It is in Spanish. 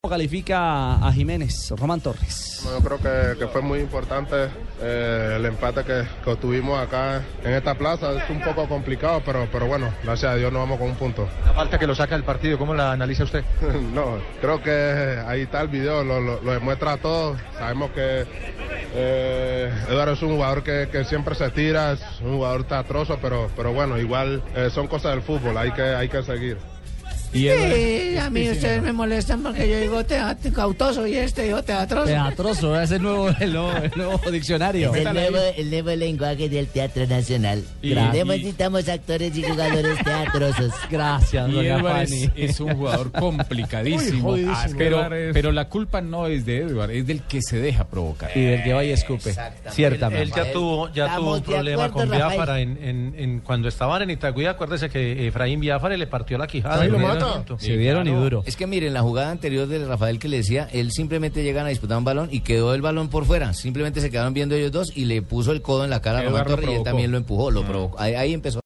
¿Cómo califica a Jiménez, Román Torres? Yo creo que, que fue muy importante eh, el empate que, que obtuvimos acá en esta plaza. Es un poco complicado, pero, pero bueno, gracias a Dios nos vamos con un punto. La falta que lo saca el partido, ¿cómo la analiza usted? no, creo que ahí está el video, lo, lo- lo demuestra a todos. Sabemos que eh, Eduardo es un jugador que, que siempre se tira, es un jugador tatroso, pero, pero bueno, igual eh, son cosas del fútbol, hay que, hay que seguir. Sí, a mí ustedes me molestan porque yo digo teatro cautoso y este dijo teatroso. Teatroso, es el nuevo, el nuevo, el nuevo diccionario. El nuevo, el nuevo lenguaje del Teatro Nacional. Y- Le y- necesitamos actores y jugadores teatrosos. Gracias, Y doña Edward es, Fanny. es un jugador complicadísimo, Ah, Uy, jodidísimo. pero, Edward es- pero la culpa no es de Edward, es del que se deja provocar. Y del que va y escupe. Exactamente. Ciertamente. Él ya tuvo, ya Estamos tuvo un de problema acuerdo, con Rafael. Biafara en, en- en- cuando estaban en Itagüí. Acuérdese que Efraín Biafara le partió la quijada. Ahí lo en el mata. asunto. Se vieron y duro. Es que miren, la jugada anterior de Rafael que le decía, él simplemente llegan a disputar un balón y quedó el balón por fuera. Simplemente se quedaron viendo ellos dos y le puso el codo en la cara a Román Eduardo Torres y él provocó. también lo empujó, lo provocó. Ahí, ahí empezó.